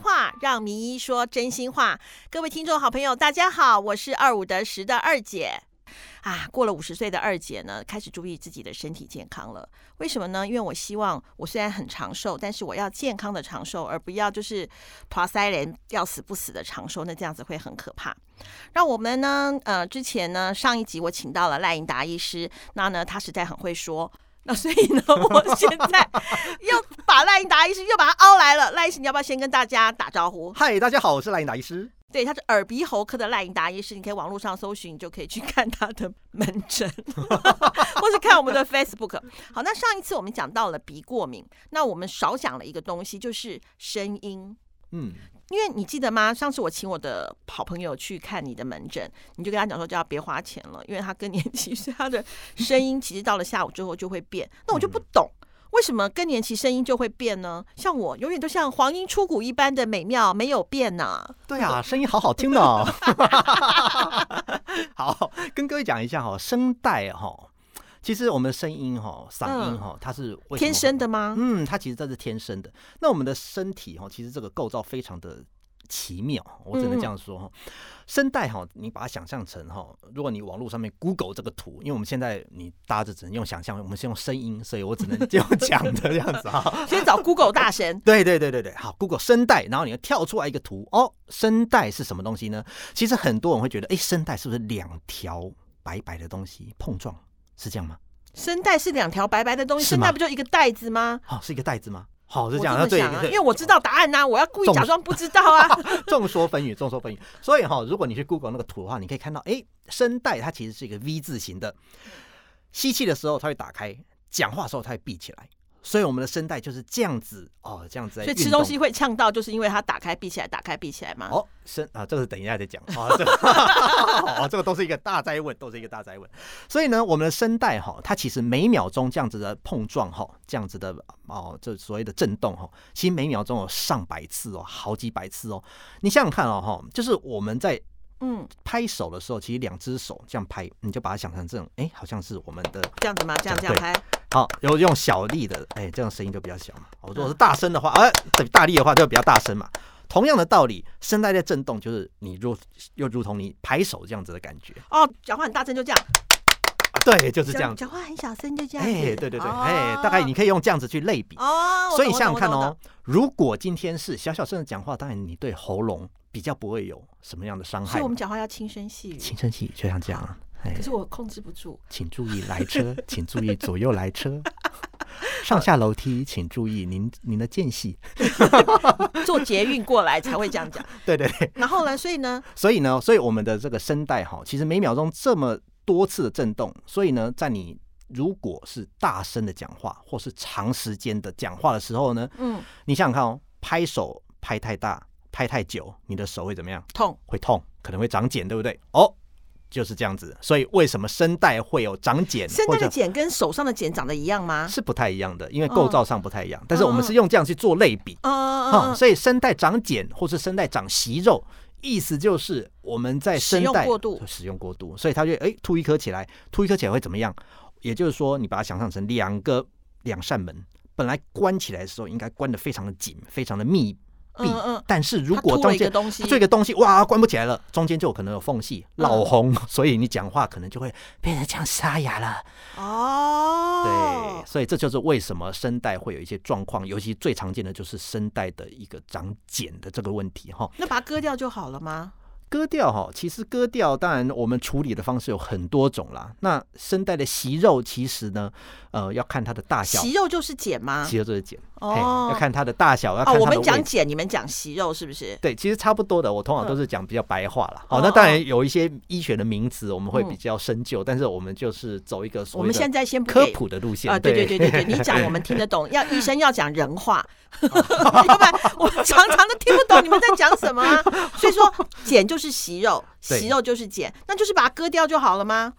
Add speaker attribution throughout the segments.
Speaker 1: 话，让名医说真心话。各位听众好朋友，大家好，我是二五得十的二姐。啊，过了五十岁的二姐呢，开始注意自己的身体健康了。为什么呢？因为我希望我虽然很长寿，但是我要健康的长寿，而不要就是爬塞人要死不死的长寿，那这样子会很可怕。那我们呢，呃，之前呢，上一集我请到了赖英达医师，那呢，他实在很会说。那所以呢，我现在 又把赖英达医师又把他凹来了。赖医师，你要不要先跟大家打招呼？
Speaker 2: 嗨，大家好，我是赖英达医师。
Speaker 1: 对，他是耳鼻喉科的赖英达医师，你可以网络上搜寻，你就可以去看他的门诊， 或是看我们的 Facebook。好，那上一次我们讲到了鼻过敏，那我们少讲了一个东西，就是声音。
Speaker 2: 嗯，
Speaker 1: 因为你记得吗？上次我请我的好朋友去看你的门诊，你就跟他讲说，叫他别花钱了，因为他更年期，所以他的声音其实到了下午之后就会变。那我就不
Speaker 2: 嗯
Speaker 1: 懂，为什么更年期声音就会变呢？像我永远都像黄莺出谷一般的美妙，没有变呢、
Speaker 2: 对啊，声音好好 听哦。 好，跟各位讲一下哈、哦，声带哈、哦，其实我们的声音哈、哦，嗓音哈、哦，它是为什么
Speaker 1: 嗯天生的吗？
Speaker 2: 嗯，它其实这是天生的。那我们的身体哈，其实这个构造非常的奇妙，我
Speaker 1: 嗯
Speaker 2: 只能这样说哈。声带哈，你把它想象成哈，如果你网络上面 Google 这个图，因为我们现在你大家就只能用想象，我们是用声音，所以我只能就讲的这样子哈。
Speaker 1: 先找 Google 大 神，
Speaker 2: 对对对对对，好，Google 声带，然后你要跳出来一个图哦，声带是什么东西呢？其实很多人会觉得，哎，声带是不是两条白白的东西碰撞？是这样吗？
Speaker 1: 声带是两条白白的东西，
Speaker 2: 是
Speaker 1: 声
Speaker 2: 吗
Speaker 1: 带不就一个带子吗？
Speaker 2: 好、哦是一个袋子吗？好、
Speaker 1: 我
Speaker 2: 是
Speaker 1: 这
Speaker 2: 这样，
Speaker 1: 么
Speaker 2: 对，
Speaker 1: 想啊，
Speaker 2: 对
Speaker 1: 因为我知道答案呐、我要故意假装不知道啊。
Speaker 2: 众说纷纭，众说纷纭。所以哈、如果你去 Google 那个图的话，你可以看到，哎，声带它其实是一个 V 字形的，吸气的时候它会打开，讲话的时候它会闭起来。所以我们的声带就是这样子哦，这样 子在
Speaker 1: 所以
Speaker 2: 运动。
Speaker 1: 吃东西会呛到，就是因为它打开闭起来，打开闭起来嘛。
Speaker 2: 哦，声啊，这个是等一下再讲 啊，这个哦，这个都是一个大灾问，都是一个大灾问。所以呢，我们的声带哈，它其实每秒钟这样子的碰撞哈，这样子的哦，就所谓的震动哈，其实每秒钟有上百次哦，好几百次哦。你想想看哦，哈，就是我们在
Speaker 1: 嗯，
Speaker 2: 拍手的时候，其实两只手这样拍，你就把它想成这种，哎，好像是我们的
Speaker 1: 这样子吗？这样这样
Speaker 2: 这样
Speaker 1: 拍，
Speaker 2: 好，有用小力的，哎，这样声音就比较小嘛。我如果是大声的话，哎、对，大力的话就比较大声嘛。同样的道理，声带在震动，就是你如又如同你拍手这样子的感觉，
Speaker 1: 哦，讲话很大声就这样，
Speaker 2: 啊、对，就是这样
Speaker 1: 讲讲
Speaker 2: 子。
Speaker 1: 话很小声就这样子。
Speaker 2: 哎，对对对，
Speaker 1: 哦
Speaker 2: 哎，大概你可以用这样子去类比。
Speaker 1: 哦，我懂
Speaker 2: 所以你想想看，
Speaker 1: 我懂我懂
Speaker 2: 哦，如果今天是小小声的讲话，当然你对喉咙比较不会有什么样的伤
Speaker 1: 所
Speaker 2: 害
Speaker 1: 以我
Speaker 2: 嘛。
Speaker 1: 们讲话要轻声细语，
Speaker 2: 轻声细语就像这样啊，哎
Speaker 1: 可，是我控制不住。
Speaker 2: 请注意来车，请注意左右来车， 上下楼梯请注意您您的间隙。
Speaker 1: 坐捷运过来才会这样讲。
Speaker 2: 对对对，
Speaker 1: 然后呢，所以呢，
Speaker 2: 所以呢，所以我们的这个声带哈，其实每秒钟这么多次的震动，所以呢，在你如果是大声的讲话，或是长时间的讲话的时候呢，
Speaker 1: 嗯，
Speaker 2: 你想想看哦，拍手拍太大、拍太久，你的手会怎么样？
Speaker 1: 痛，
Speaker 2: 会痛，可能会长茧，对不对？哦，就是这样子。所以为什么声带会有长茧，
Speaker 1: 声
Speaker 2: 或
Speaker 1: 带
Speaker 2: 者
Speaker 1: 的茧跟手上的茧长得一样吗？
Speaker 2: 是不太一样的，因为
Speaker 1: 啊嗯
Speaker 2: 构造上不太一样。但是我们
Speaker 1: 嗯
Speaker 2: 是用这样去做类比。
Speaker 1: 嗯嗯
Speaker 2: 啊、
Speaker 1: 嗯嗯，
Speaker 2: 所以声带长茧或是声带长息肉，意思就是我们在
Speaker 1: 使
Speaker 2: 声
Speaker 1: 用
Speaker 2: 带
Speaker 1: 过度
Speaker 2: 使用过度，所以它就哎凸一颗起来，凸一颗起来会怎么样？也就是说，你把它想象成两个两扇门，本来关起来的时候应该关得非常的紧，非常的密闭，
Speaker 1: 嗯嗯
Speaker 2: 但是如
Speaker 1: 它
Speaker 2: 果
Speaker 1: 吐了
Speaker 2: 中
Speaker 1: 一个
Speaker 2: 间
Speaker 1: 东西，
Speaker 2: 这个东西哇关不起来了，中间就有可能有缝隙，
Speaker 1: 嗯
Speaker 2: 老红，所以你讲话可能就会变得这样沙哑了。
Speaker 1: 哦
Speaker 2: 对，，所以这就是为什么声带会有一些状况，尤其最常见的就是声带的一个长茧的这个问题哈。
Speaker 1: 那把它割掉就好了吗？
Speaker 2: 割掉哈，其实割掉当然我们处理的方式有很多种啦。那声带的息肉其实呢，呃，要看它的大小，
Speaker 1: 息肉就是茧吗？
Speaker 2: 息肉就是茧，嘿
Speaker 1: 哦
Speaker 2: 要，看它的大小，要
Speaker 1: 哦，
Speaker 2: 看
Speaker 1: 我
Speaker 2: 它
Speaker 1: 们
Speaker 2: 的位
Speaker 1: 讲
Speaker 2: 置。
Speaker 1: 茧，你们讲息肉是不是？
Speaker 2: 对，其实差不多的，我通常都是讲比较白话啦。
Speaker 1: 嗯
Speaker 2: 好、
Speaker 1: 哦
Speaker 2: 那当然有一些医学的名词我们会
Speaker 1: 嗯
Speaker 2: 比较深究，但是我们就是走一个所
Speaker 1: 我
Speaker 2: 谓
Speaker 1: 们
Speaker 2: 的
Speaker 1: 现在先不
Speaker 2: 科
Speaker 1: 给
Speaker 2: 普的路线。
Speaker 1: 啊，对对对对对，你讲我们听得 懂，要医生要讲人话， 要不然我们常常都听不懂你们在讲什么、啊。所以说，茧就是息肉，
Speaker 2: 对
Speaker 1: 息肉就是茧，那就是把它割掉就好了吗？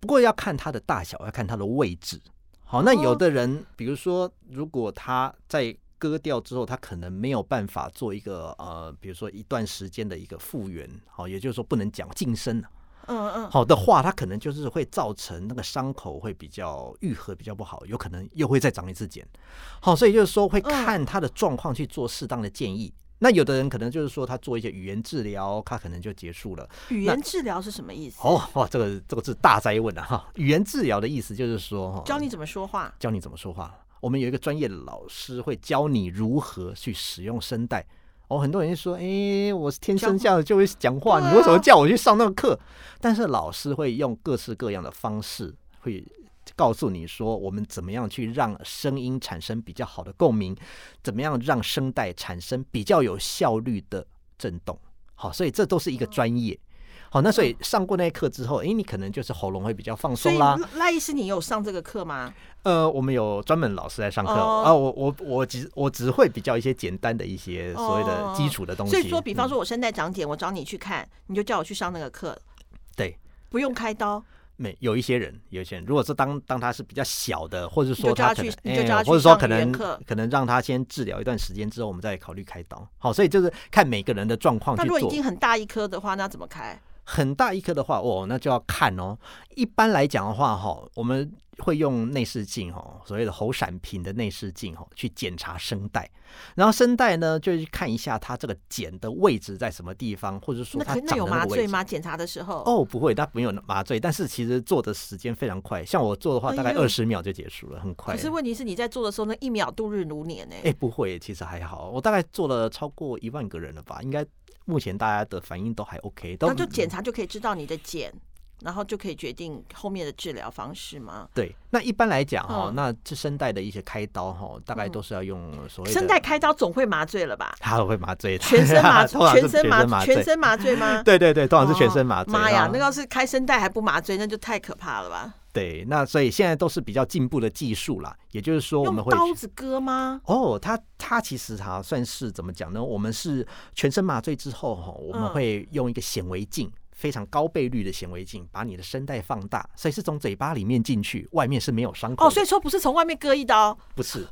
Speaker 2: 不过要看它的大小，要看它的位置。好，那
Speaker 1: 哦
Speaker 2: 有的人，比如说，如果他在割掉之后，他可能没有办法做一个呃，比如说一段时间的一个复原，好，也就是说不能讲晋升，
Speaker 1: 嗯嗯，
Speaker 2: 好的话，它可能就是会造成那个伤口会比较愈合比较不好，有可能又会再长一次茧。好，所以就是说会看他的状况去做适当的建议。那有的人可能就是说他做一些语言治疗，他可能就结束了。
Speaker 1: 语言治疗是什么意思？
Speaker 2: 哦，哇，这个这个是大灾问啊！哈。语言治疗的意思就是说，哈，
Speaker 1: 教你怎么说话。
Speaker 2: 教你怎么说话。我们有一个专业的老师会教你如何去使用声带。哦，很多人就说，哎，我是天生这样就会讲话，
Speaker 1: 对啊
Speaker 2: 你为什么叫我去上那个课？但是老师会用各式各样的方式，会告诉你说，我们怎么样去让声音产生比较好的共鸣，怎么样让声带产生比较有效率的震动。好，所以这都是一个专业。好，那所以上过那一课之后，诶，你可能就是喉咙会比较放
Speaker 1: 所
Speaker 2: 松
Speaker 1: 以
Speaker 2: 啦。
Speaker 1: 赖赖医师，你有上这个课吗？
Speaker 2: 呃，我们有专门老师来上课、
Speaker 1: 哦
Speaker 2: 啊，我我我只我只会比较一些简单的一些所谓的基础的东西。
Speaker 1: 哦所以说，比方
Speaker 2: 嗯、
Speaker 1: 说我声带长茧，我找你去看，你就叫我去上那个课，
Speaker 2: 对，
Speaker 1: 不用开刀。
Speaker 2: 没有一些人，有一些人，如果是当当他是比较小的，或者
Speaker 1: 你
Speaker 2: 说
Speaker 1: 就叫他
Speaker 2: 可
Speaker 1: 去
Speaker 2: 能，哎
Speaker 1: 你就叫他去
Speaker 2: 或者说
Speaker 1: 上
Speaker 2: 可
Speaker 1: 语言
Speaker 2: 能
Speaker 1: 课
Speaker 2: 可能让他先治疗一段时间之后，我们再考虑开刀。好，所以就是看每个人的状况
Speaker 1: 那
Speaker 2: 去
Speaker 1: 如
Speaker 2: 做
Speaker 1: 果已。经很大一颗的话，那怎么开？
Speaker 2: 很大一颗的话，哦，那就要看哦。一般来讲的话，哈，我们会用内视镜，哦，所谓的喉闪屏的内视镜，哦，去检查声带。然后声带呢，就去看一下它这个茧的位置在什么地方，或者说
Speaker 1: 那
Speaker 2: 它
Speaker 1: 可
Speaker 2: 长
Speaker 1: 那
Speaker 2: 的
Speaker 1: 有
Speaker 2: 那
Speaker 1: 麻
Speaker 2: 个位
Speaker 1: 醉
Speaker 2: 置。
Speaker 1: 吗？检查的时候？
Speaker 2: 哦，不会，它没有麻醉，但是其实做的时间非常快。像我做的话，大概
Speaker 1: 哎呦
Speaker 2: 二十秒就结束了，很快。
Speaker 1: 可是问题是你在做的时候，那一秒度日如年呢、
Speaker 2: 哎、不会，其实还好。我大概做了超过一万个人了吧，应该目前大家的反应都还 OK，都嗯
Speaker 1: 那就检查就可以知道你的茧，然后就可以决定后面的治疗方式吗？
Speaker 2: 对，那一般来讲哈、
Speaker 1: 嗯
Speaker 2: 那这声带的一些开刀哈、大概都是要用所谓的
Speaker 1: 声带，开刀总会麻醉了吧？
Speaker 2: 它会麻醉，
Speaker 1: 全身麻
Speaker 2: 通常是
Speaker 1: 全身麻
Speaker 2: 麻
Speaker 1: 全
Speaker 2: 醉，
Speaker 1: 身麻醉吗？
Speaker 2: 对对对，通常是全身麻醉。
Speaker 1: 妈呀
Speaker 2: 啊，
Speaker 1: 那要是开声带还不麻醉，那就太可怕了吧？
Speaker 2: 对，那所以现在都是比较进步的技术啦，也就是说我
Speaker 1: 用
Speaker 2: 们会
Speaker 1: 刀子割吗？
Speaker 2: 哦，它它其实它算是怎么讲呢？我们是全身麻醉之后哈，我们
Speaker 1: 嗯
Speaker 2: 会用一个显微镜。非常高倍率的显微镜，把你的声带放大，所以是从嘴巴里面进去，外面是没有伤口的。
Speaker 1: 哦，所以说不是从外面割一刀
Speaker 2: 不是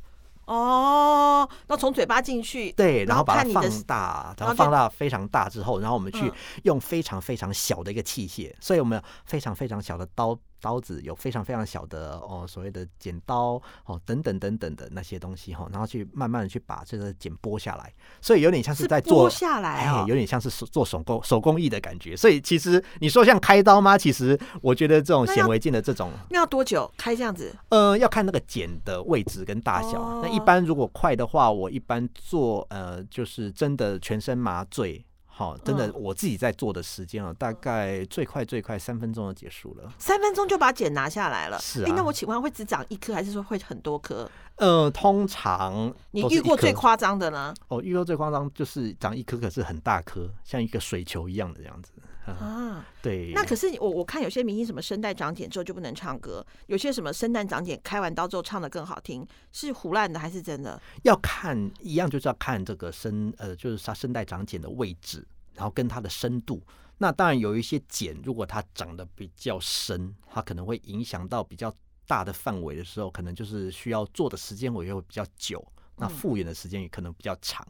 Speaker 1: 哦，那从嘴巴进去，
Speaker 2: 对，
Speaker 1: 然
Speaker 2: 然
Speaker 1: 后
Speaker 2: 后把
Speaker 1: 看
Speaker 2: 它
Speaker 1: 你的
Speaker 2: 放大，
Speaker 1: 然后
Speaker 2: 然后
Speaker 1: 就
Speaker 2: 放大非常大之后，然后我们去
Speaker 1: 嗯
Speaker 2: 用非常非常小的一个器械，所以我们有非常非常小的刀刀子，有非常非常小的哦所谓的剪刀哦等等等等的那些东西哈、哦，然后去慢慢的去把这个剪剥下来，所以有点像
Speaker 1: 是
Speaker 2: 在
Speaker 1: 剥
Speaker 2: 做。
Speaker 1: 下来
Speaker 2: 哎
Speaker 1: 啊、，
Speaker 2: 有点像是手做手工手工艺的感觉，所以其实你说像开刀吗？其实我觉得这种
Speaker 1: 那
Speaker 2: 显
Speaker 1: 要
Speaker 2: 微镜的这种
Speaker 1: 那要多久开这样子？
Speaker 2: 呃，要看那个茧的位置跟大小。那一
Speaker 1: 哦
Speaker 2: 般如果快的话，我一般做呃，就是真的全身麻醉，好，真的
Speaker 1: 嗯
Speaker 2: 我自己在做的时间啊，大概最快最快三分钟就结束了。
Speaker 1: 三分钟就把茧拿下来了。
Speaker 2: 是
Speaker 1: 诶
Speaker 2: 啊
Speaker 1: 那我请问会只长一颗，还是说会很多颗？
Speaker 2: 呃，通常
Speaker 1: 嗯你
Speaker 2: 都是
Speaker 1: 遇
Speaker 2: 一
Speaker 1: 过最
Speaker 2: 颗
Speaker 1: 夸张的呢？
Speaker 2: 哦，遇过最夸张就是长一颗，可是很大颗，像一个水球一样的这样子。
Speaker 1: 啊，
Speaker 2: 嗯对，
Speaker 1: 那可是我我看有些明星什么声带长茧之后就不能唱歌，有些什么声带长茧开完刀之后唱的更好听，是胡乱的还是真的？
Speaker 2: 要看一样，就是要看这个声呃，就是它声带长茧的位置，然后跟它的深度。那当然有一些茧，如果它长得比较深，它可能会影响到比较大的范围的时候，可能就是需要做的时间我也会比较久，那
Speaker 1: 嗯
Speaker 2: 复原的时间也可能比较长。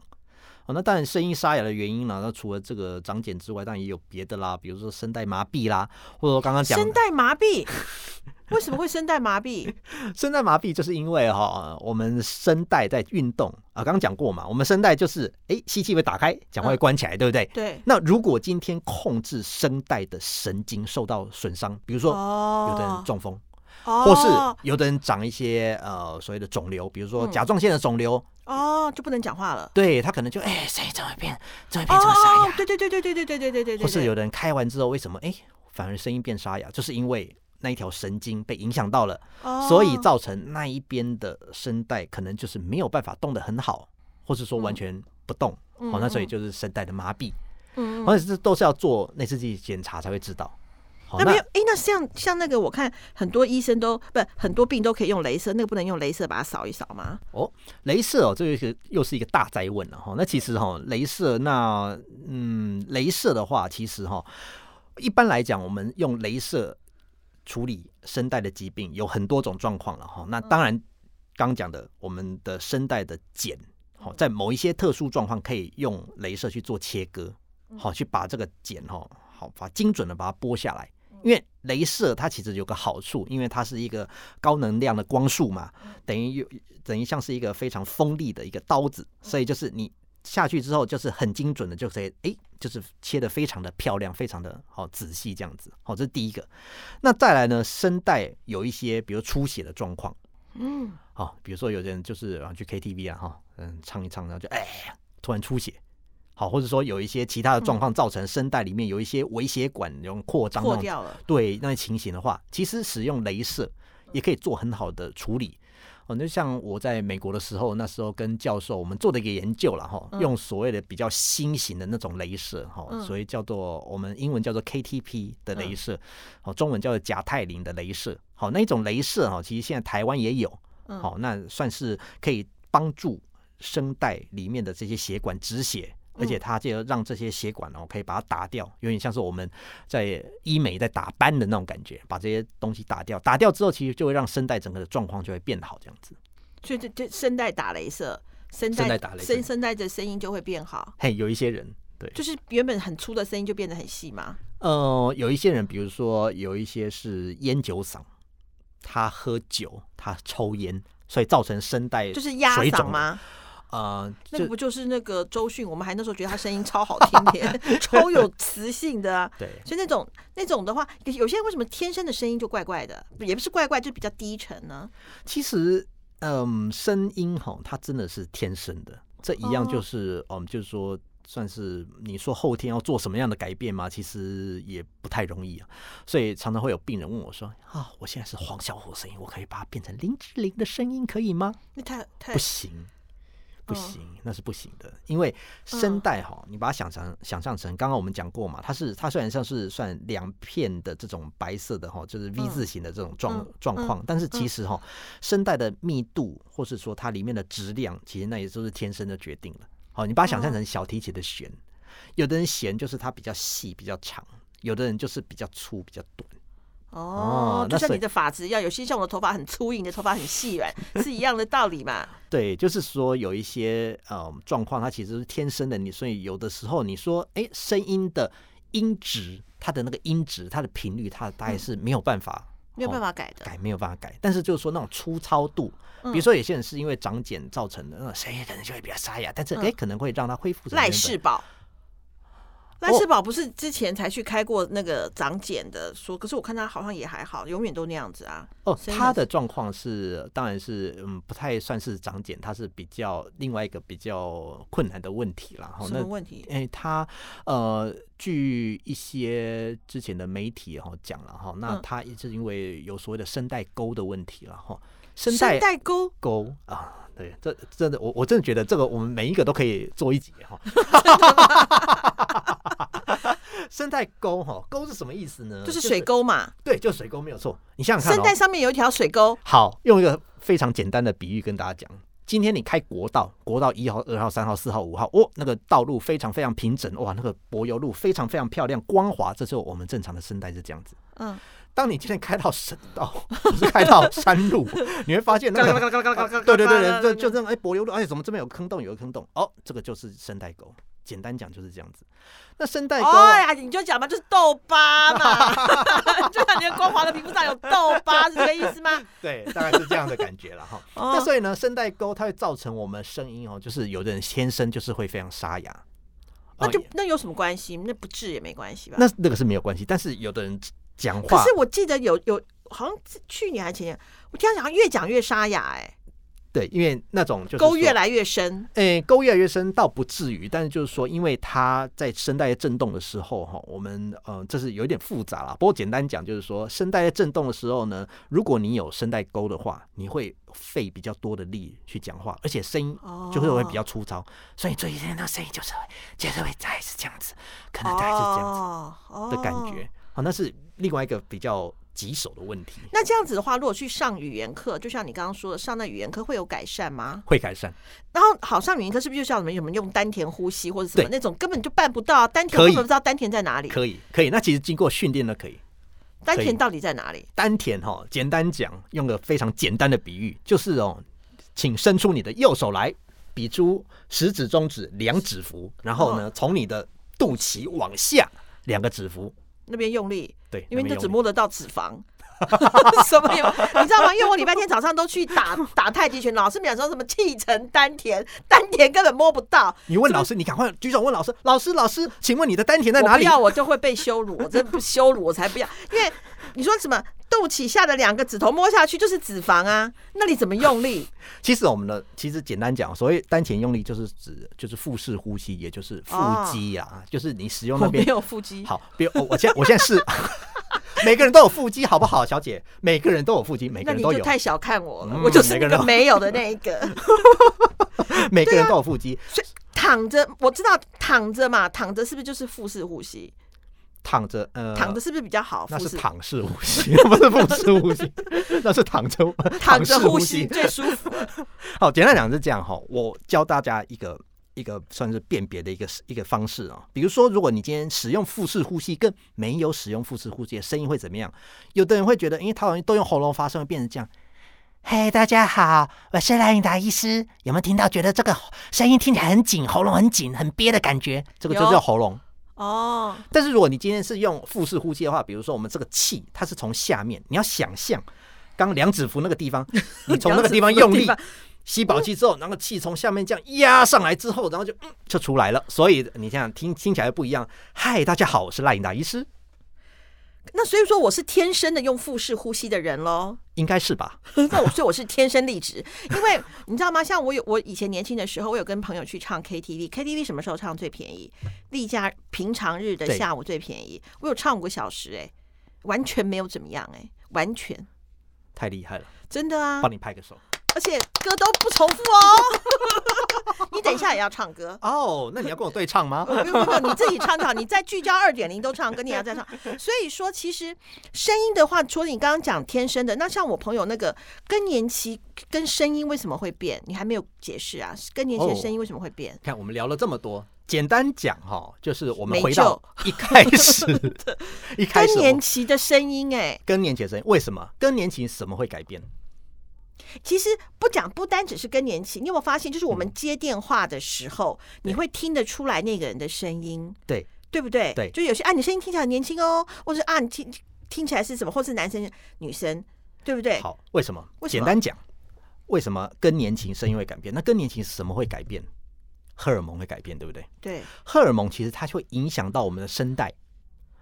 Speaker 2: 哦，那当然，声音沙哑的原因呢？那除了这个长茧之外，当然也有别的啦，比如说声带麻痹啦，或者说刚刚讲的
Speaker 1: 声带麻 痹，为什么会声带麻痹？
Speaker 2: 声带麻痹就是因为哈、我们声带在运动啊，刚刚讲过嘛，我们声带就是哎，吸气会打开，讲话会关起来，对不对？
Speaker 1: 对，
Speaker 2: 那如果今天控制声带的神经受到损伤，比如说
Speaker 1: 哦
Speaker 2: 有的人中风，
Speaker 1: 哦，
Speaker 2: 或是有的人长一些呃所谓的肿瘤，比如说
Speaker 1: 嗯
Speaker 2: 甲状腺的肿瘤，
Speaker 1: 哦就不能讲话了。
Speaker 2: 对他可能就哎，声音怎么变，哎怎么
Speaker 1: 哦
Speaker 2: 变这么沙哑？
Speaker 1: 对对对对对对对对对对对，
Speaker 2: 啊或是有的人开完之后，为什么哎反而声音变沙哑？就是因为那一条神经被影响到了。
Speaker 1: 哦，
Speaker 2: 所以造成那一边的声带可能就是没有办法动得很好，或是说完全不动。
Speaker 1: 嗯
Speaker 2: 哦，那所以
Speaker 1: 嗯
Speaker 2: 就是声带的麻痹，
Speaker 1: 嗯嗯
Speaker 2: 而且这都是要做内视镜检查才会知道。哦好，
Speaker 1: 那没有，哎、那像像那个，我看很多医生都不很多病都可以用镭射，那个不能用镭射把它扫一扫吗？
Speaker 2: 哦，镭射哦，这个是又是一个大灾问了哈、哦。那其实哈、哦，镭射那嗯，镭射的话，其实哈、哦，一般来讲，我们用镭射处理声带的疾病有很多种状况了哈、哦。那当然，刚讲的我们的声带的茧，好、在某一些特殊状况可以用镭射去做切割，好、去把这个茧哈、哦，好把精准的把它剥下来。因为镭射它其实有个好处，因为它是一个高能量的光束嘛，等于有等于像是一个非常锋利的一个刀子，所以就是你下去之后，就是很精准的，就可以诶，就是切的非常的漂亮，非常的好、仔细这样子。好、这是第一个。那再来呢，声带有一些比如出血的状况，
Speaker 1: 嗯，
Speaker 2: 好、比如说有的人就是啊去 KTV 啊哈、嗯唱一唱，然后就哎突然出血。好，或者说有一些其他的状况，造成声带里面有一些微血管那种扩张那
Speaker 1: 破
Speaker 2: 种
Speaker 1: 掉了，
Speaker 2: 对那些情形的话，其实使用镭射也可以做很好的处理。哦，那像我在美国的时候，那时候跟教授我们做的一个研究了哈，
Speaker 1: 嗯
Speaker 2: 用所谓的比较新型的那种镭射哈，
Speaker 1: 嗯
Speaker 2: 所谓叫做我们英文叫做 KTP 的镭射，哦，中文叫做甲泰林的镭射。好，那种镭射哈，其实现在台湾也有，
Speaker 1: 嗯，
Speaker 2: 好、那算是可以帮助声带里面的这些血管止血，而
Speaker 1: 嗯
Speaker 2: 且它就让这些血管哦可以把它打掉，有点像是我们在医美在打斑的那种感觉，把这些东西打掉，打掉之后其实就会让声带整个的状况就会变好，这样子。
Speaker 1: 所以这这声带打镭射，声
Speaker 2: 声
Speaker 1: 带
Speaker 2: 带打雷
Speaker 1: 声
Speaker 2: 声，
Speaker 1: 声带的声音就会变好，
Speaker 2: 嘿，有一些人。对，
Speaker 1: 就是原本很粗的声音就变得很细嘛。
Speaker 2: 呃，有一些人，比如说有一些是烟酒嗓，他喝酒，他抽烟，所以造成声带
Speaker 1: 就是压
Speaker 2: 水
Speaker 1: 嗓
Speaker 2: 肿
Speaker 1: 吗？
Speaker 2: 呃，
Speaker 1: 那
Speaker 2: 就
Speaker 1: 个不就是那个周迅？我们还那时候觉得她声音超好听 的，超有磁性的啊。
Speaker 2: 对，
Speaker 1: 所以那种那种的话，有有些人为什么天生的声音就怪怪的，也不是怪怪，就比较低沉呢？
Speaker 2: 其实，嗯，声音哈，它真的是天生的。这一样
Speaker 1: 哦
Speaker 2: 就是，嗯，就是说，算是你说后天要做什么样的改变嘛，其实也不太容易啊。所以常常会有病人问我说：“啊，我现在是黄小虎声音，我可以把它变成林志玲的声音，可以吗
Speaker 1: 那太？”太
Speaker 2: 不行，
Speaker 1: 嗯
Speaker 2: 不行，那是不行的。因为声带哈，你把它想象想象成，刚刚我们讲过嘛，它是它虽然像是算两片的这种白色的哈，就是 V
Speaker 1: 嗯
Speaker 2: 字形的这种状、
Speaker 1: 嗯
Speaker 2: 状
Speaker 1: 嗯
Speaker 2: 况，但是其实哈、声带的密度，或是说它里面的质量，其实那也都是天生的决定了。好，你把它想
Speaker 1: 嗯
Speaker 2: 象成小提琴的弦，有的人弦就是它比较细、比较长，有的人就是比较粗、比较短。
Speaker 1: 哦
Speaker 2: 哦，
Speaker 1: 就
Speaker 2: 那
Speaker 1: 像
Speaker 2: 所
Speaker 1: 你
Speaker 2: 以
Speaker 1: 的发质一样，有些像我的头发很粗硬，你的头发很细 软，是一样的道理嘛。
Speaker 2: 对，就是说有一些呃状况，它其实是天生的。你所以有的时候你说，哎，声音的音质，它的那个音质，它的频率，它
Speaker 1: 嗯
Speaker 2: 大概是没有办法。
Speaker 1: 没有办
Speaker 2: 哦
Speaker 1: 法改的。
Speaker 2: 改没有办法改，但是就是说那种粗糙度，比
Speaker 1: 嗯
Speaker 2: 如说有些人是因为长茧造成的，那声音可能就会比较沙哑，但是哎、可能会让它恢复成
Speaker 1: 嗯赖
Speaker 2: 原本
Speaker 1: 世宝，赖世宝不是之前才去开过那个长茧的说，可是我看他好像也还好，永远都那样子啊。
Speaker 2: 哦
Speaker 1: 声，音还
Speaker 2: 他的状况是当然是嗯不太算是长茧，它是比较另外一个比较困难的问题啦。哈，
Speaker 1: 什
Speaker 2: 那
Speaker 1: 么问题？
Speaker 2: 哎、他呃，据一些之前的媒体哈讲了哈，那
Speaker 1: 嗯
Speaker 2: 他也是因为有所谓的声带沟的问题了哈，声
Speaker 1: 声
Speaker 2: 带
Speaker 1: 带沟，
Speaker 2: 沟啊。对，这真的，我我真的觉得这个我们每一个都可以做一集哈。 声带沟哈，沟是什么意思呢？
Speaker 1: 就是水，沟嘛，
Speaker 2: 对，就是水沟没有错。呃你想想看、
Speaker 1: 声
Speaker 2: 哦，
Speaker 1: 带上面有一条水沟，
Speaker 2: 好，用一个非常简单的比喻跟大家讲。今天你开国道，国道一号、二号、三号、四号、五号，哦，那个道路非常非常平整，哇，那个柏油路非常非常漂亮、光滑，这是我们正常的声带是这样子。
Speaker 1: 嗯，
Speaker 2: 当你今天开到省道，不是开到山路，你会发现那个，对对对对，就就这样，哎，柏油路，哎，怎么这边有坑洞，有个坑洞，哦，这个就是声带沟，简单讲就是这样子。那声带沟啊、
Speaker 1: 哎呀，你就讲嘛，就是痘疤 嘛， 就像你的光滑的皮肤上有痘疤，是这个意思吗？
Speaker 2: 对，大概是这样的感觉了哈。那
Speaker 1: 哦，
Speaker 2: 所以呢，声带沟它会造成我们声音哦，就是有的人天生就是会非常沙哑，
Speaker 1: 那就
Speaker 2: 哦
Speaker 1: 那有什么关系？那不治也没关系吧？
Speaker 2: 那那个是没有关系，但是有的人讲
Speaker 1: 啊可
Speaker 2: 话
Speaker 1: 是我记得有有，好像是去年还前年，我听他讲越讲越沙哑、
Speaker 2: 对，因为那种就是
Speaker 1: 哎，沟越
Speaker 2: 来，
Speaker 1: 来越深。
Speaker 2: 诶、沟越来越深倒不至于，但是就是说，因为它在声带震动的时候哈，我们呃这是有一点复杂啦。不过简单讲就是说，声带在震动的时候呢，如果你有声带沟的话，你会费比较多的力去讲话，而且声音
Speaker 1: 哦
Speaker 2: 就会会比较粗糙，所以最近那声音就是会就是会大概是这样子，可哎能大概是这样子。
Speaker 1: 样
Speaker 2: 的感觉。好，那是另外一个比较棘手的问题，
Speaker 1: 那这样子的话，如果去上语言课，就像你刚刚说的，上那语言课会有改善吗？
Speaker 2: 会改善。
Speaker 1: 然后好上语言课是不是就像我们什么用丹田呼吸或者什么
Speaker 2: 对
Speaker 1: 那种根本就办不到啊、丹田
Speaker 2: 可
Speaker 1: 根
Speaker 2: 以
Speaker 1: 本不知道丹田在哪里，
Speaker 2: 可以，可以。那其实经过训练呢，可以。
Speaker 1: 丹
Speaker 2: 可以
Speaker 1: 田到底在哪里？
Speaker 2: 丹田哈、简单讲，用个非常简单的比喻，就是哦，请伸出你的右手来，比出食指、中指两指幅，然后
Speaker 1: 嗯
Speaker 2: 呢，从你的肚脐往下两个指幅。
Speaker 1: 那边用力，
Speaker 2: 对，
Speaker 1: 因为
Speaker 2: 那
Speaker 1: 你
Speaker 2: 边
Speaker 1: 就只
Speaker 2: 用力
Speaker 1: 摸得到脂肪， 什么有？你知道吗？因为我礼拜天早上都去打打太极拳，老师讲说什么气沉丹田，丹田根本摸不到。
Speaker 2: 你问老师，你赶快举手问老师，老师老师，请问你的丹田在
Speaker 1: 我
Speaker 2: 哪
Speaker 1: 不
Speaker 2: 里？
Speaker 1: 要，我就会被羞辱，我真不羞辱，我才不要。因为你说什么肚脐下的两个指头摸下去就是脂肪啊，那你怎么用 力？
Speaker 2: 其实我们的其实简单讲，所谓丹田用力就是指就是腹式呼吸，也就是腹肌啊，就是你使用
Speaker 1: 我
Speaker 2: 那
Speaker 1: 没
Speaker 2: 边。
Speaker 1: 有腹肌，
Speaker 2: 好，别我我现在我现在是 每个人都有腹肌，好不好，小姐？每个人都有腹肌，每个
Speaker 1: 那
Speaker 2: 人
Speaker 1: 你
Speaker 2: 都
Speaker 1: 就
Speaker 2: 有，
Speaker 1: 太小看我了，
Speaker 2: 嗯
Speaker 1: 我就是那
Speaker 2: 每个人
Speaker 1: 个
Speaker 2: 都
Speaker 1: 没有的那一个。
Speaker 2: 每
Speaker 1: 啊
Speaker 2: 个人都有腹肌。
Speaker 1: 躺着，我知道躺着嘛，躺着是不是就是腹式呼吸？
Speaker 2: 躺着，呃，
Speaker 1: 躺着是不是比较好？
Speaker 2: 那
Speaker 1: 腹
Speaker 2: 是
Speaker 1: 式
Speaker 2: 躺式呼吸， 不是腹式呼吸， 那是躺着
Speaker 1: 躺着
Speaker 2: 式
Speaker 1: 呼吸
Speaker 2: 吸。
Speaker 1: 最舒服了。
Speaker 2: 好，简单讲是这样哈，我教大家一个一个算是辨别的一个一个方式啊。比如说，如果你今天使用腹式呼吸，跟没有使用腹式呼吸的声音会怎么样？有的人会觉得，因为他好像都用喉咙发声，会变成这样。嘿、大家好，我是赖英达医师。有没有听到？觉得这个声音听起来很紧，喉咙很紧，很憋的感觉，这个就
Speaker 1: 有
Speaker 2: 叫喉咙。
Speaker 1: 哦，
Speaker 2: 但是如果你今天是用腹式呼吸的话，比如说我们这个气，它是从下面，你要想象刚两指腹那个地 方，你从那个地方
Speaker 1: 两
Speaker 2: 用
Speaker 1: 指
Speaker 2: 力
Speaker 1: 腹的
Speaker 2: 吸饱气之后，然后气从下面这样压上来之后，然后就嗯就出来了。所以你这样听听起来不一样。嗨，大家好，我是赖颖达医师，
Speaker 1: 那所以说我是天生的用腹式呼吸的人喽。
Speaker 2: 应该是吧？
Speaker 1: 那我所以我是天生丽质，因为你知道吗？像我有我以前年轻的时候，我有跟朋友去唱 KTV，KTV 什么时候唱最便宜？例假平常日的
Speaker 2: 对
Speaker 1: 下午最便宜，我有唱五个小时、哎，完全没有怎么样、哎，完全
Speaker 2: 太厉害了，
Speaker 1: 真的啊，
Speaker 2: 帮你拍个手。
Speaker 1: 而且歌都不重复哦。 你等一下也要唱歌。
Speaker 2: 哦，那你要跟我对唱吗
Speaker 1: 不？用不用不用，你自己唱唱，你在聚焦二点零都唱，跟你要再 唱。所以说，其实声音的话，除了你刚刚讲天生的，那像我朋友那个更年期跟声音为什么会变，你还没有解释啊？更年期
Speaker 2: 哦
Speaker 1: 的声音为什么会变？
Speaker 2: 看我们聊了这么多，简单讲哈、就是我
Speaker 1: 没
Speaker 2: 们回到一开始， 一开始
Speaker 1: 更
Speaker 2: 我
Speaker 1: 年期的声音、
Speaker 2: 更年期的声音为什么？更年期什么会改变？
Speaker 1: 哎，其实不讲不单只是更年期，你有没有发现，就是我们接电话的时候，你会听得出来那个人的声音，
Speaker 2: 对
Speaker 1: 对不对？
Speaker 2: 对
Speaker 1: 就有些啊，你声音听起来很年轻哦，或是啊，你听听起来是什么，或是男生女生，对不对？
Speaker 2: 好，为什么？
Speaker 1: 为什么
Speaker 2: 简单讲，为什么更年期声音会改变？那更年期什么会改变？荷尔蒙会改变，对不对？
Speaker 1: 对。
Speaker 2: 荷尔蒙其实它就会影响到我们的声带，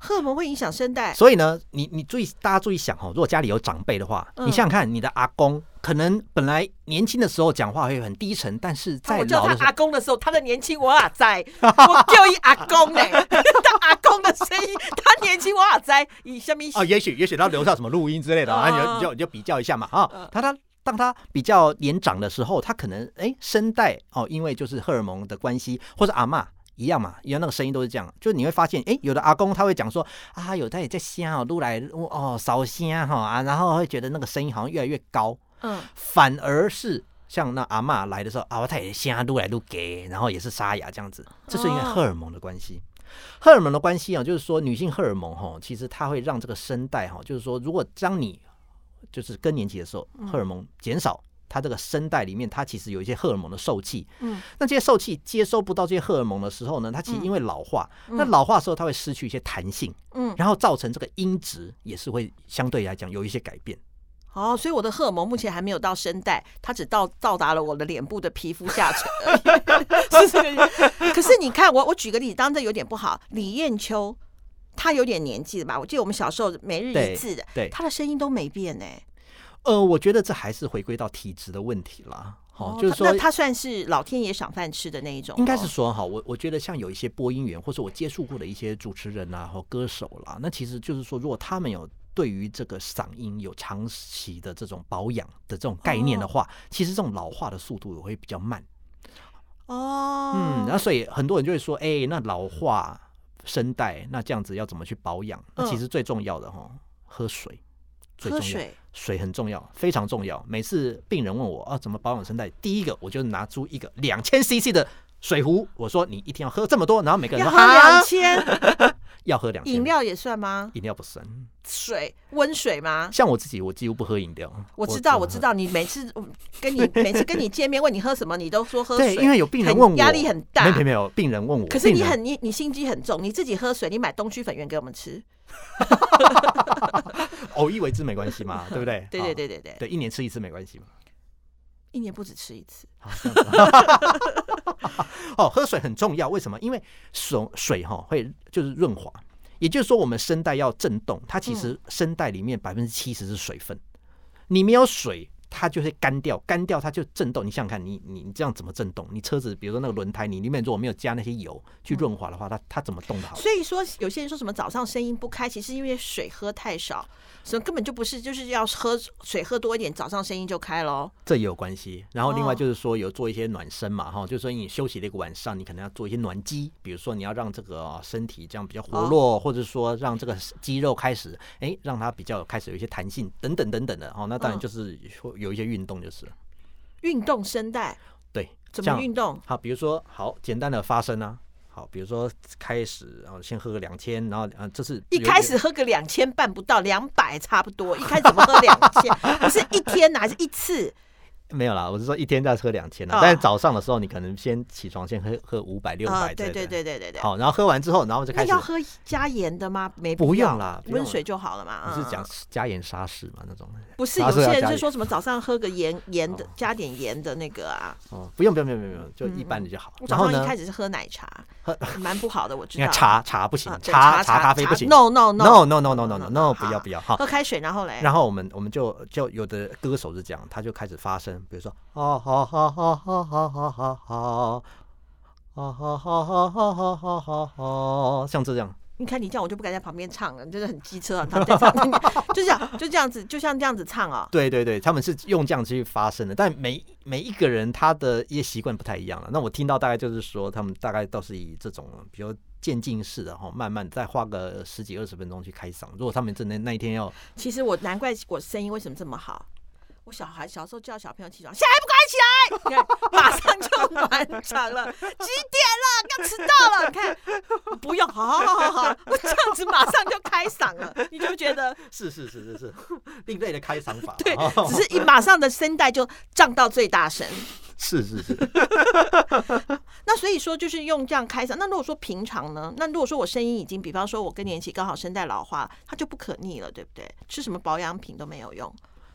Speaker 1: 荷尔蒙会影响声带，
Speaker 2: 所以呢，你你注意，大家注意想哈、哦，如果家里有长辈的话，
Speaker 1: 嗯
Speaker 2: 你想想看，你的阿公可能本来年轻的时候讲话会很低沉，但是在
Speaker 1: 我叫
Speaker 2: 老的时
Speaker 1: 他
Speaker 2: 候
Speaker 1: 阿，公的时候，他的年轻我也 在，我叫一阿公呢、他阿公的声音，他年轻我也在，以什么意思
Speaker 2: 哦，也许也许他留下什么录音之类的，啊，你
Speaker 1: 嗯
Speaker 2: 就你就你就比较一下嘛啊，他他。当他比较年长的时候，他可能哎声带哦，因为就是荷尔蒙的关系，或者阿嬷一样嘛，一样那个声音都是这样。就你会发现，哎，有的阿公他会讲说啊，有在在虾哦，撸来哦烧虾哈啊，然后会觉得那个声音好像越来越高，
Speaker 1: 嗯，
Speaker 2: 反而是像那阿嬷来的时候啊，她也瞎撸来撸给，然后也是沙哑这样子，这是因为
Speaker 1: 哦
Speaker 2: 荷尔蒙的关系。荷尔蒙的关系啊，就是说女性荷尔蒙哈，其实它会让这个声带哈，就是说如果当你就是更年期的时候，
Speaker 1: 嗯
Speaker 2: 荷尔蒙减少。它这个声带里面，它其实有一些荷尔蒙的受气，
Speaker 1: 嗯，
Speaker 2: 那这些受气接收不到这些荷尔蒙的时候呢，它其实因为老化，那老化的时候它会失去一些弹性，
Speaker 1: 嗯
Speaker 2: 然后造成这个音质也是会相对来讲有一些改变。
Speaker 1: 哦，所以我的荷尔蒙目前还没有到声带，它只到到达了我的脸部的皮肤下 层而已，是这个意思。可是你看，我我举个例子，当然这有点不好。李艳秋，她有点年纪了吧？我记得我们小时候每日一
Speaker 2: 对
Speaker 1: 字的，
Speaker 2: 对，
Speaker 1: 她的声音都没变呢、
Speaker 2: 呃，我觉得这还是回归到体质的问题啦。好、就是
Speaker 1: 她
Speaker 2: 说
Speaker 1: 哦那，哦她算是老天爷赏饭吃的那一种咯，
Speaker 2: 应该是说哈，我我觉得像有一些播音员，或者我接触过的一些主持人啊，或歌手啦，那其实就是说，如果他们有对于这个嗓音有长期的这种保养的这种概念的话，其实这种老化的速度也会比较慢。
Speaker 1: 哦，
Speaker 2: 嗯，那所以很多人就会说，哎、那老化声带，那这样子要怎么去保养？那其
Speaker 1: 嗯
Speaker 2: 实最重要的哈，喝水，最
Speaker 1: 喝
Speaker 2: 重要
Speaker 1: 水。
Speaker 2: 水很重要，非常重要。每次病人问我啊，怎么保养声带，第一个我就拿出一个两千 CC 的水壶，我说你一天要喝这么多，然后每个人
Speaker 1: 要
Speaker 2: 说
Speaker 1: 喝两
Speaker 2: 啊，
Speaker 1: 千，
Speaker 2: 要喝两千
Speaker 1: 饮料也算吗？
Speaker 2: 饮料不算。
Speaker 1: 水温水吗？
Speaker 2: 像我自己，我几乎不喝饮料。
Speaker 1: 我知道，我
Speaker 2: 只
Speaker 1: 知道，你每次嗯跟你每次跟你见面问你喝什么，你都说喝
Speaker 2: 对，
Speaker 1: 水，
Speaker 2: 因为有病人
Speaker 1: 很
Speaker 2: 问我，
Speaker 1: 压力很大
Speaker 2: 没没没有，病人问我，
Speaker 1: 可是你
Speaker 2: 病人
Speaker 1: 很你你心机很重，你自己喝水，你买东区粉圆给我们吃，？
Speaker 2: 偶一为之没关系嘛，对不对
Speaker 1: 对对
Speaker 2: 啊
Speaker 1: 对对对，
Speaker 2: 对，一年吃一次没关系嘛。
Speaker 1: 一年不止吃一次，
Speaker 2: 好这样子 哦，喝水很重要，为什么？因为水水哈会就是润滑，也就是说我们声带要震动，它其实声带里面百分之七十是水分，你没有水。它就会干掉，干掉它就震动。你想想看，你你你这样怎么震动？你车子，比如说那个轮胎，你里面如果没有加那些油去润滑的话，它它怎么动得好？
Speaker 1: 所以说有些人说什么早上声音不开，其实因为水喝太少，所以根本就不是，就是要喝水喝多一点，早上声音就开喽。
Speaker 2: 这也有关系。然后另
Speaker 1: 哦
Speaker 2: 外就是说有做一些暖身嘛，哈、就是说你休息了一个晚上，你可能要做一些暖机，比如说你要让这个呃身体这样比较活络，
Speaker 1: 哦
Speaker 2: 或者说让这个肌肉开始，哎，让它比较开始有一些弹性，等等等等的。哦，那当
Speaker 1: 嗯
Speaker 2: 然就是会有一些运动，就是了
Speaker 1: 运动声带
Speaker 2: 对，
Speaker 1: 怎
Speaker 2: 这
Speaker 1: 么
Speaker 2: 样
Speaker 1: 运动？
Speaker 2: 好，比如说好简单的发声啊。好，比如说开始，然后先喝个两千，然后呃，这是
Speaker 1: 一
Speaker 2: 有
Speaker 1: 开始喝个两千办不到，两百差不多。一开始怎么喝两 千？不是一天啊哪，还是一次？
Speaker 2: 没有啦，我是说一天再喝两千
Speaker 1: 哦
Speaker 2: 啦，但是早上的时候你可能先起床先喝喝五百六
Speaker 1: 啊，
Speaker 2: 百，
Speaker 1: 对对对对对对。
Speaker 2: 好，然后喝完之后，然后就
Speaker 1: 那
Speaker 2: 开始
Speaker 1: 要喝加盐的吗？没
Speaker 2: 不
Speaker 1: 必要
Speaker 2: 用啦不用
Speaker 1: 温水就好了嘛。
Speaker 2: 你
Speaker 1: 嗯
Speaker 2: 是讲加盐沙士嘛那种？
Speaker 1: 不是有
Speaker 2: 拿出来
Speaker 1: 些人
Speaker 2: 加
Speaker 1: 是
Speaker 2: 盐
Speaker 1: 说什么早上喝个盐盐的，加点盐的那个啊。
Speaker 2: 哦，不用不用不用不用不用，就一般的就好。
Speaker 1: 我
Speaker 2: 然
Speaker 1: 早
Speaker 2: 后
Speaker 1: 上一
Speaker 2: 呢
Speaker 1: 开，始是喝奶茶
Speaker 2: 喝，
Speaker 1: 蛮不好的，我知
Speaker 2: 你
Speaker 1: 道。
Speaker 2: 看茶茶不行
Speaker 1: 啊，对
Speaker 2: 茶茶咖啡不行。
Speaker 1: No no
Speaker 2: no no no no no no
Speaker 1: no，
Speaker 2: no 不要
Speaker 1: 好
Speaker 2: 不要哈。
Speaker 1: 喝开水，然后嘞，
Speaker 2: 然后我们我们就就有的歌手是这样，他就开始发声，比如说啊哈哈哈哈哈哈哈哈。啊哈哈哈哈哈哈哈哈！像这样，
Speaker 1: 你看你这样，我就不敢在旁边唱了，你真的很机车啊！他在唱，就这样，就这样子，就像这样子唱哦。
Speaker 2: 对对对，他们是用这样去发声的，但每每一个人他的一些习惯不太一样了。那我听到大概就是说，他们大概都是以这种比如渐进式的哈，慢慢再花个十几二十分钟去开嗓。如果他们真的那一天要
Speaker 1: 其实我难怪我声音为什么这么好。我小孩小时候叫小朋友起床，现在不赶快起来，你看马上就暖场了，几点了？要迟到了，你看，不用，好好好好好，我这样子马上就开嗓了，你就觉得
Speaker 2: 是是是是是另类的开嗓法，
Speaker 1: 对
Speaker 2: 哦，
Speaker 1: 只是一马上的声带就胀到最大声。
Speaker 2: 是是是，
Speaker 1: 那所以说，就是用这样开嗓。那如果说平常呢？那如果说我声音已经，比方说我更年期刚好声带老化，它就不可逆了，对不对？吃什么保养品都没有用，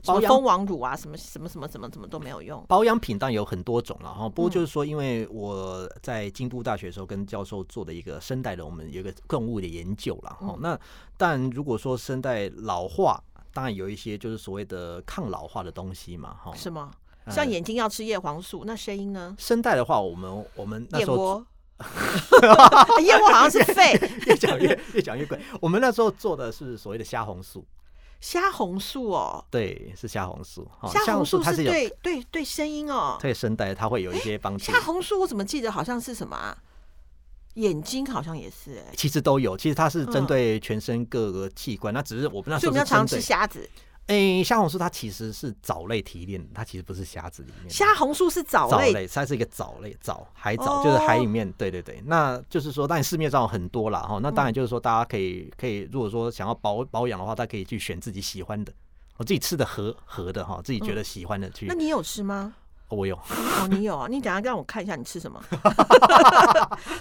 Speaker 1: 什么
Speaker 2: 保养
Speaker 1: 蜂王乳啊，什么什么什么什么什么都没有用。
Speaker 2: 保养品当然有很多种了哈，不过就是
Speaker 1: 嗯
Speaker 2: 说，因为我在京都大学的时候跟教授做的一个声带的，我们有一个动物的研究了
Speaker 1: 嗯
Speaker 2: 哈。那但如果说声带老化，当然有一些就是所谓的抗老化的东西嘛哈。
Speaker 1: 什么？
Speaker 2: 呃
Speaker 1: 像眼睛要吃叶黄素，那声音呢？
Speaker 2: 声带的话，我们我们那
Speaker 1: 燕
Speaker 2: 时候
Speaker 1: 窝，哎 燕窝好像是肺，
Speaker 2: 越讲越越讲越贵。我们那时候做的是所谓的虾红素，
Speaker 1: 虾红素哦，
Speaker 2: 对，是虾哦红素。哈
Speaker 1: 虾红素
Speaker 2: 它
Speaker 1: 是
Speaker 2: 是有
Speaker 1: 对对对声音哦。
Speaker 2: 对声带，它会有一些帮助。
Speaker 1: 虾红素我怎么记得好像是什么啊？眼睛好像也是哎，
Speaker 2: 其实都有，其实它是针
Speaker 1: 嗯
Speaker 2: 对全身各个器官，那只是我们那时
Speaker 1: 所以我
Speaker 2: 候
Speaker 1: 们
Speaker 2: 是
Speaker 1: 要常
Speaker 2: 针对嗯
Speaker 1: 吃虾子。
Speaker 2: 诶，哎虾红素它其实是藻类提炼的，它其实不是虾子里面的。
Speaker 1: 虾红素是藻
Speaker 2: 藻
Speaker 1: 类
Speaker 2: 类，它是一个藻类，藻海
Speaker 1: 哦
Speaker 2: 藻、就是海里面。对对对，那就是说，当然市面上有很多啦哈。那当
Speaker 1: 嗯
Speaker 2: 然就是说，大家可以可以，如果说想要保保养的话，大家可以去选自己喜欢的。哦我自己吃的合合的哈，自己觉得喜欢的去。
Speaker 1: 嗯那你有吃 吗？
Speaker 2: 哦我有，
Speaker 1: 哦，你有啊？你等一下让我看一下你吃什么。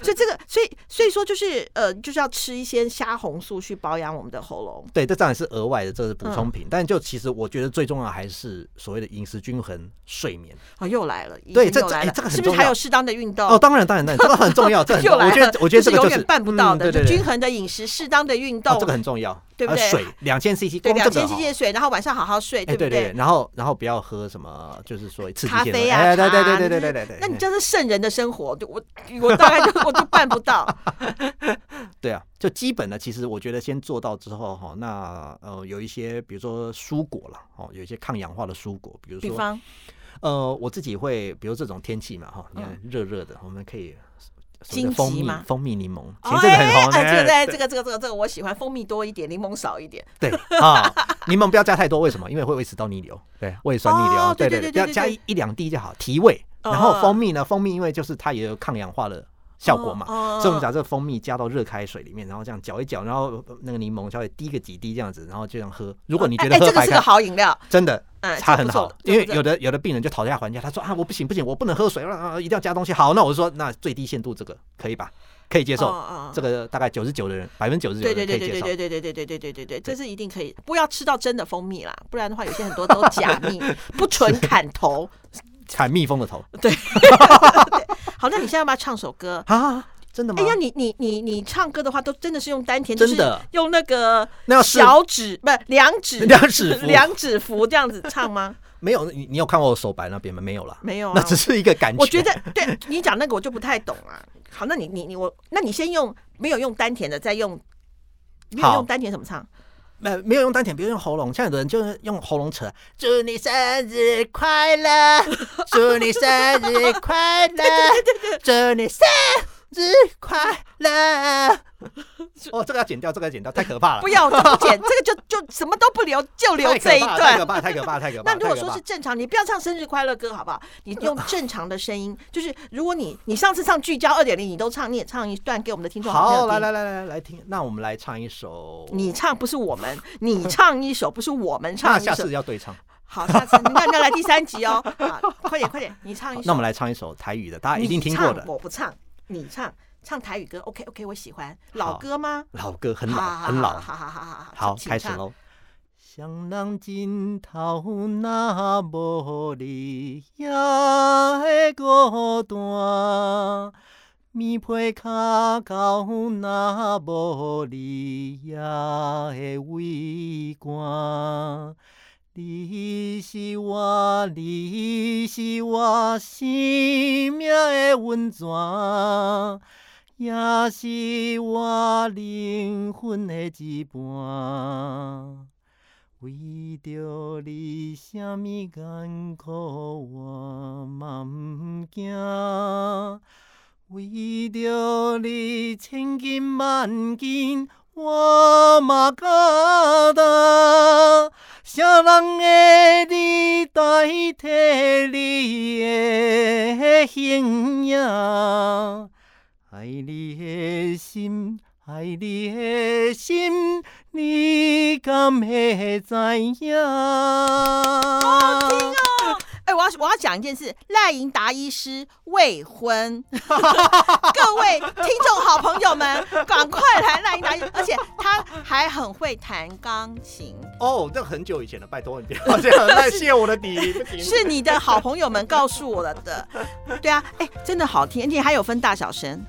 Speaker 1: 所以这个，所以所以说就是呃，就是要吃一些虾红素去保养我们的喉咙。
Speaker 2: 对，这当然是额外的，这是补
Speaker 1: 嗯
Speaker 2: 充品。但就其实我觉得最重要的还是所谓的饮食均衡、睡眠。
Speaker 1: 哦，又来了，已
Speaker 2: 对
Speaker 1: 经
Speaker 2: 这
Speaker 1: 又来
Speaker 2: 哎
Speaker 1: 了，
Speaker 2: 这个很
Speaker 1: 是不是
Speaker 2: 重
Speaker 1: 还
Speaker 2: 要
Speaker 1: 有适当的运动？
Speaker 2: 哦，当然当然当然，这个很重要，这很 重
Speaker 1: 又
Speaker 2: 要。
Speaker 1: 来
Speaker 2: 我觉
Speaker 1: 了，
Speaker 2: 得我觉得这个
Speaker 1: 是
Speaker 2: 就
Speaker 1: 永
Speaker 2: 是
Speaker 1: 远办不到的，
Speaker 2: 嗯对对
Speaker 1: 就
Speaker 2: 对
Speaker 1: 均衡的饮食，适当的运动，
Speaker 2: 哦，这个很重要，
Speaker 1: 对不
Speaker 2: 啊
Speaker 1: 对
Speaker 2: 水两千 CC，
Speaker 1: 对
Speaker 2: 光这
Speaker 1: 两
Speaker 2: 个
Speaker 1: 千
Speaker 2: 哦
Speaker 1: cc 的水，然后晚上好好睡，
Speaker 2: 哎，
Speaker 1: 不
Speaker 2: 对对，？然后然后不要喝什么，就是说刺激
Speaker 1: 咖
Speaker 2: 性的
Speaker 1: 啡
Speaker 2: 东西，
Speaker 1: 啊，
Speaker 2: 哎，对对
Speaker 1: 茶就
Speaker 2: 对对对
Speaker 1: 是
Speaker 2: 对对，
Speaker 1: 那你
Speaker 2: 哎
Speaker 1: 这是圣人的生活，就我我大概就我就办不到。
Speaker 2: 对啊，就基本的，其实我觉得先做到之后哈，那呃有一些比如说蔬果啦，哦，有一些抗氧化的蔬果，比如
Speaker 1: 比
Speaker 2: 说
Speaker 1: 方
Speaker 2: 呃我自己会，比如这种天气嘛哈，你看热热的，我们可以呃所谓
Speaker 1: 嗯荆
Speaker 2: 的
Speaker 1: 棘
Speaker 2: 蜂蜜
Speaker 1: 吗
Speaker 2: 蜂蜜柠檬，
Speaker 1: 哦
Speaker 2: 前阵子很红
Speaker 1: 哎，这个在
Speaker 2: 哎
Speaker 1: 这个这个这个这个我喜欢，蜂蜜多一点，柠檬少一点。
Speaker 2: 对啊，柠檬不要加太多，为什么？因为会胃食道逆流，对，胃酸逆
Speaker 1: 哦
Speaker 2: 流，
Speaker 1: 对
Speaker 2: 对
Speaker 1: 对对
Speaker 2: 不要
Speaker 1: 对
Speaker 2: 加
Speaker 1: 对
Speaker 2: 一一两滴就好，提味。
Speaker 1: 哦
Speaker 2: 然后蜂蜜呢，蜂蜜因为就是它也有抗氧化的效果嘛。
Speaker 1: 哦
Speaker 2: 所以我们假设蜂蜜加到热开水里面，然后这样搅一搅，然后呃那个柠檬稍微滴个几滴这样子，然后就这样喝。如果你觉
Speaker 1: 哎
Speaker 2: 得
Speaker 1: 哎
Speaker 2: 喝
Speaker 1: 这个
Speaker 2: 白
Speaker 1: 是个
Speaker 2: 开，
Speaker 1: 好饮料，
Speaker 2: 真的
Speaker 1: 嗯，
Speaker 2: 它
Speaker 1: 这
Speaker 2: 很
Speaker 1: 不错
Speaker 2: 好，因为
Speaker 1: 这不错
Speaker 2: 有的有的病人就讨价还价，他说啊我不行不行，我不能喝水了，啊一定要加东西。好，那我就说那最低限度这个可以吧？可以接受，
Speaker 1: 哦
Speaker 2: 这个大概九十九的人，百分之九十九
Speaker 1: 对
Speaker 2: 的
Speaker 1: 对
Speaker 2: 人可
Speaker 1: 对
Speaker 2: 以
Speaker 1: 对对
Speaker 2: 接
Speaker 1: 对
Speaker 2: 受。
Speaker 1: 对对对对对对对对，这是一定可以，不要吃到真的蜂蜜啦，不然的话有些很多都假蜜，不纯砍头。
Speaker 2: 砍蜜蜂的头
Speaker 1: 好，那你现在要不要唱首歌？
Speaker 2: 啊？真的吗
Speaker 1: 哎？呀，你你你你唱歌的话，都真的是用丹田，
Speaker 2: 真的
Speaker 1: 就是用那个
Speaker 2: 那要是
Speaker 1: 小指不两指
Speaker 2: 两指 符
Speaker 1: 两指符这样子唱 吗？
Speaker 2: 没有，你你有看过我手摆那边吗？没有啦，
Speaker 1: 没有啊
Speaker 2: 那只是一个感觉。
Speaker 1: 我觉得对你讲那个我就不太懂啊。好，那你你你我，那你先用没有用丹田的，再用没有
Speaker 2: 好
Speaker 1: 用丹田怎么唱？
Speaker 2: 呃，没有用丹田，别用喉咙。像有的人就是用喉 咙扯，祝你生日快乐， 祝你生日快乐，祝你生日快乐。 哦，这个要剪掉，这个要剪掉，太可怕 了，
Speaker 1: 不要这不 剪，这个就就什么都不留，就留
Speaker 2: 太可
Speaker 1: 这一
Speaker 2: 怕
Speaker 1: 段
Speaker 2: 太可。怕，太可怕，太可 怕。
Speaker 1: 那如果
Speaker 2: 太可
Speaker 1: 说
Speaker 2: 怕
Speaker 1: 是正常，你不要唱生日快乐歌好不好？你用正常的声音， 就是如果你你上次唱聚焦二点零，你都唱，你也唱一段给我们的听众朋友
Speaker 2: 好，
Speaker 1: 听
Speaker 2: 来来来来来来听，那我们来唱一首，
Speaker 1: 你唱不是我们， 你唱一首不是我们唱
Speaker 2: 那
Speaker 1: 一
Speaker 2: 下
Speaker 1: 首
Speaker 2: 次。要对唱。
Speaker 1: 好，下次那那来第三集哦， 啊，快点快点，你唱一首。
Speaker 2: 那我们来唱一首台语的，大家一定听
Speaker 1: 你
Speaker 2: 过
Speaker 1: 唱
Speaker 2: 的
Speaker 1: 我不唱，你唱唱台语歌，OK OK，我喜欢老
Speaker 2: 好
Speaker 1: 歌吗？
Speaker 2: 老歌，很
Speaker 1: 好
Speaker 2: 老，很老。
Speaker 1: 好好好好好
Speaker 2: 好，
Speaker 1: 请
Speaker 2: 开始
Speaker 1: 唱
Speaker 2: 喽。双人枕头若无你，也会孤单；棉被脚到若无你，也会畏寒。你是我，你是我生命的温泉。也是我灵魂的一半。为着你，什么艰苦我嘛毋惊。为着你，千金万金我嘛敢担。啥人的你代替你的形影？爱你的心，爱你的心，你敢会知影？好听啊！
Speaker 1: 哎、我要我要讲一件事，赖银达医师未婚，各位听众好朋友们，赶快来赖银达医师，而且他还很会弹钢琴，
Speaker 2: 哦，这很久以前了，拜托你不要这样，来谢我的底，不行。
Speaker 1: 是你的好朋友们告诉我的的，对啊，哎、真的好听，而且还有分大小声，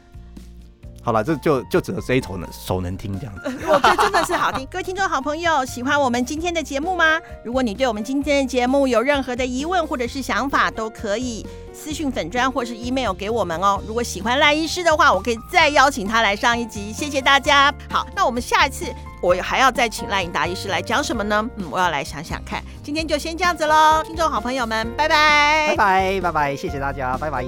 Speaker 2: 好了，这就就只有这一首能手能听这样子。
Speaker 1: 我觉得真的是好听。各位 听众好朋友，喜欢我们今天的节目吗？如果你对我们今天的节目有任何的疑问或者是想法，都可以私讯粉砖或是 email 给我们哦。如果喜欢赖医师的话，我可以再邀请他来上一集。谢谢大家。好，那我们下一次我还要再请赖颖达医师来讲什么呢？嗯，我要来想想看。今天就先这样子喽，听众好朋友们，拜拜
Speaker 2: 拜拜拜拜，谢谢大家，拜拜。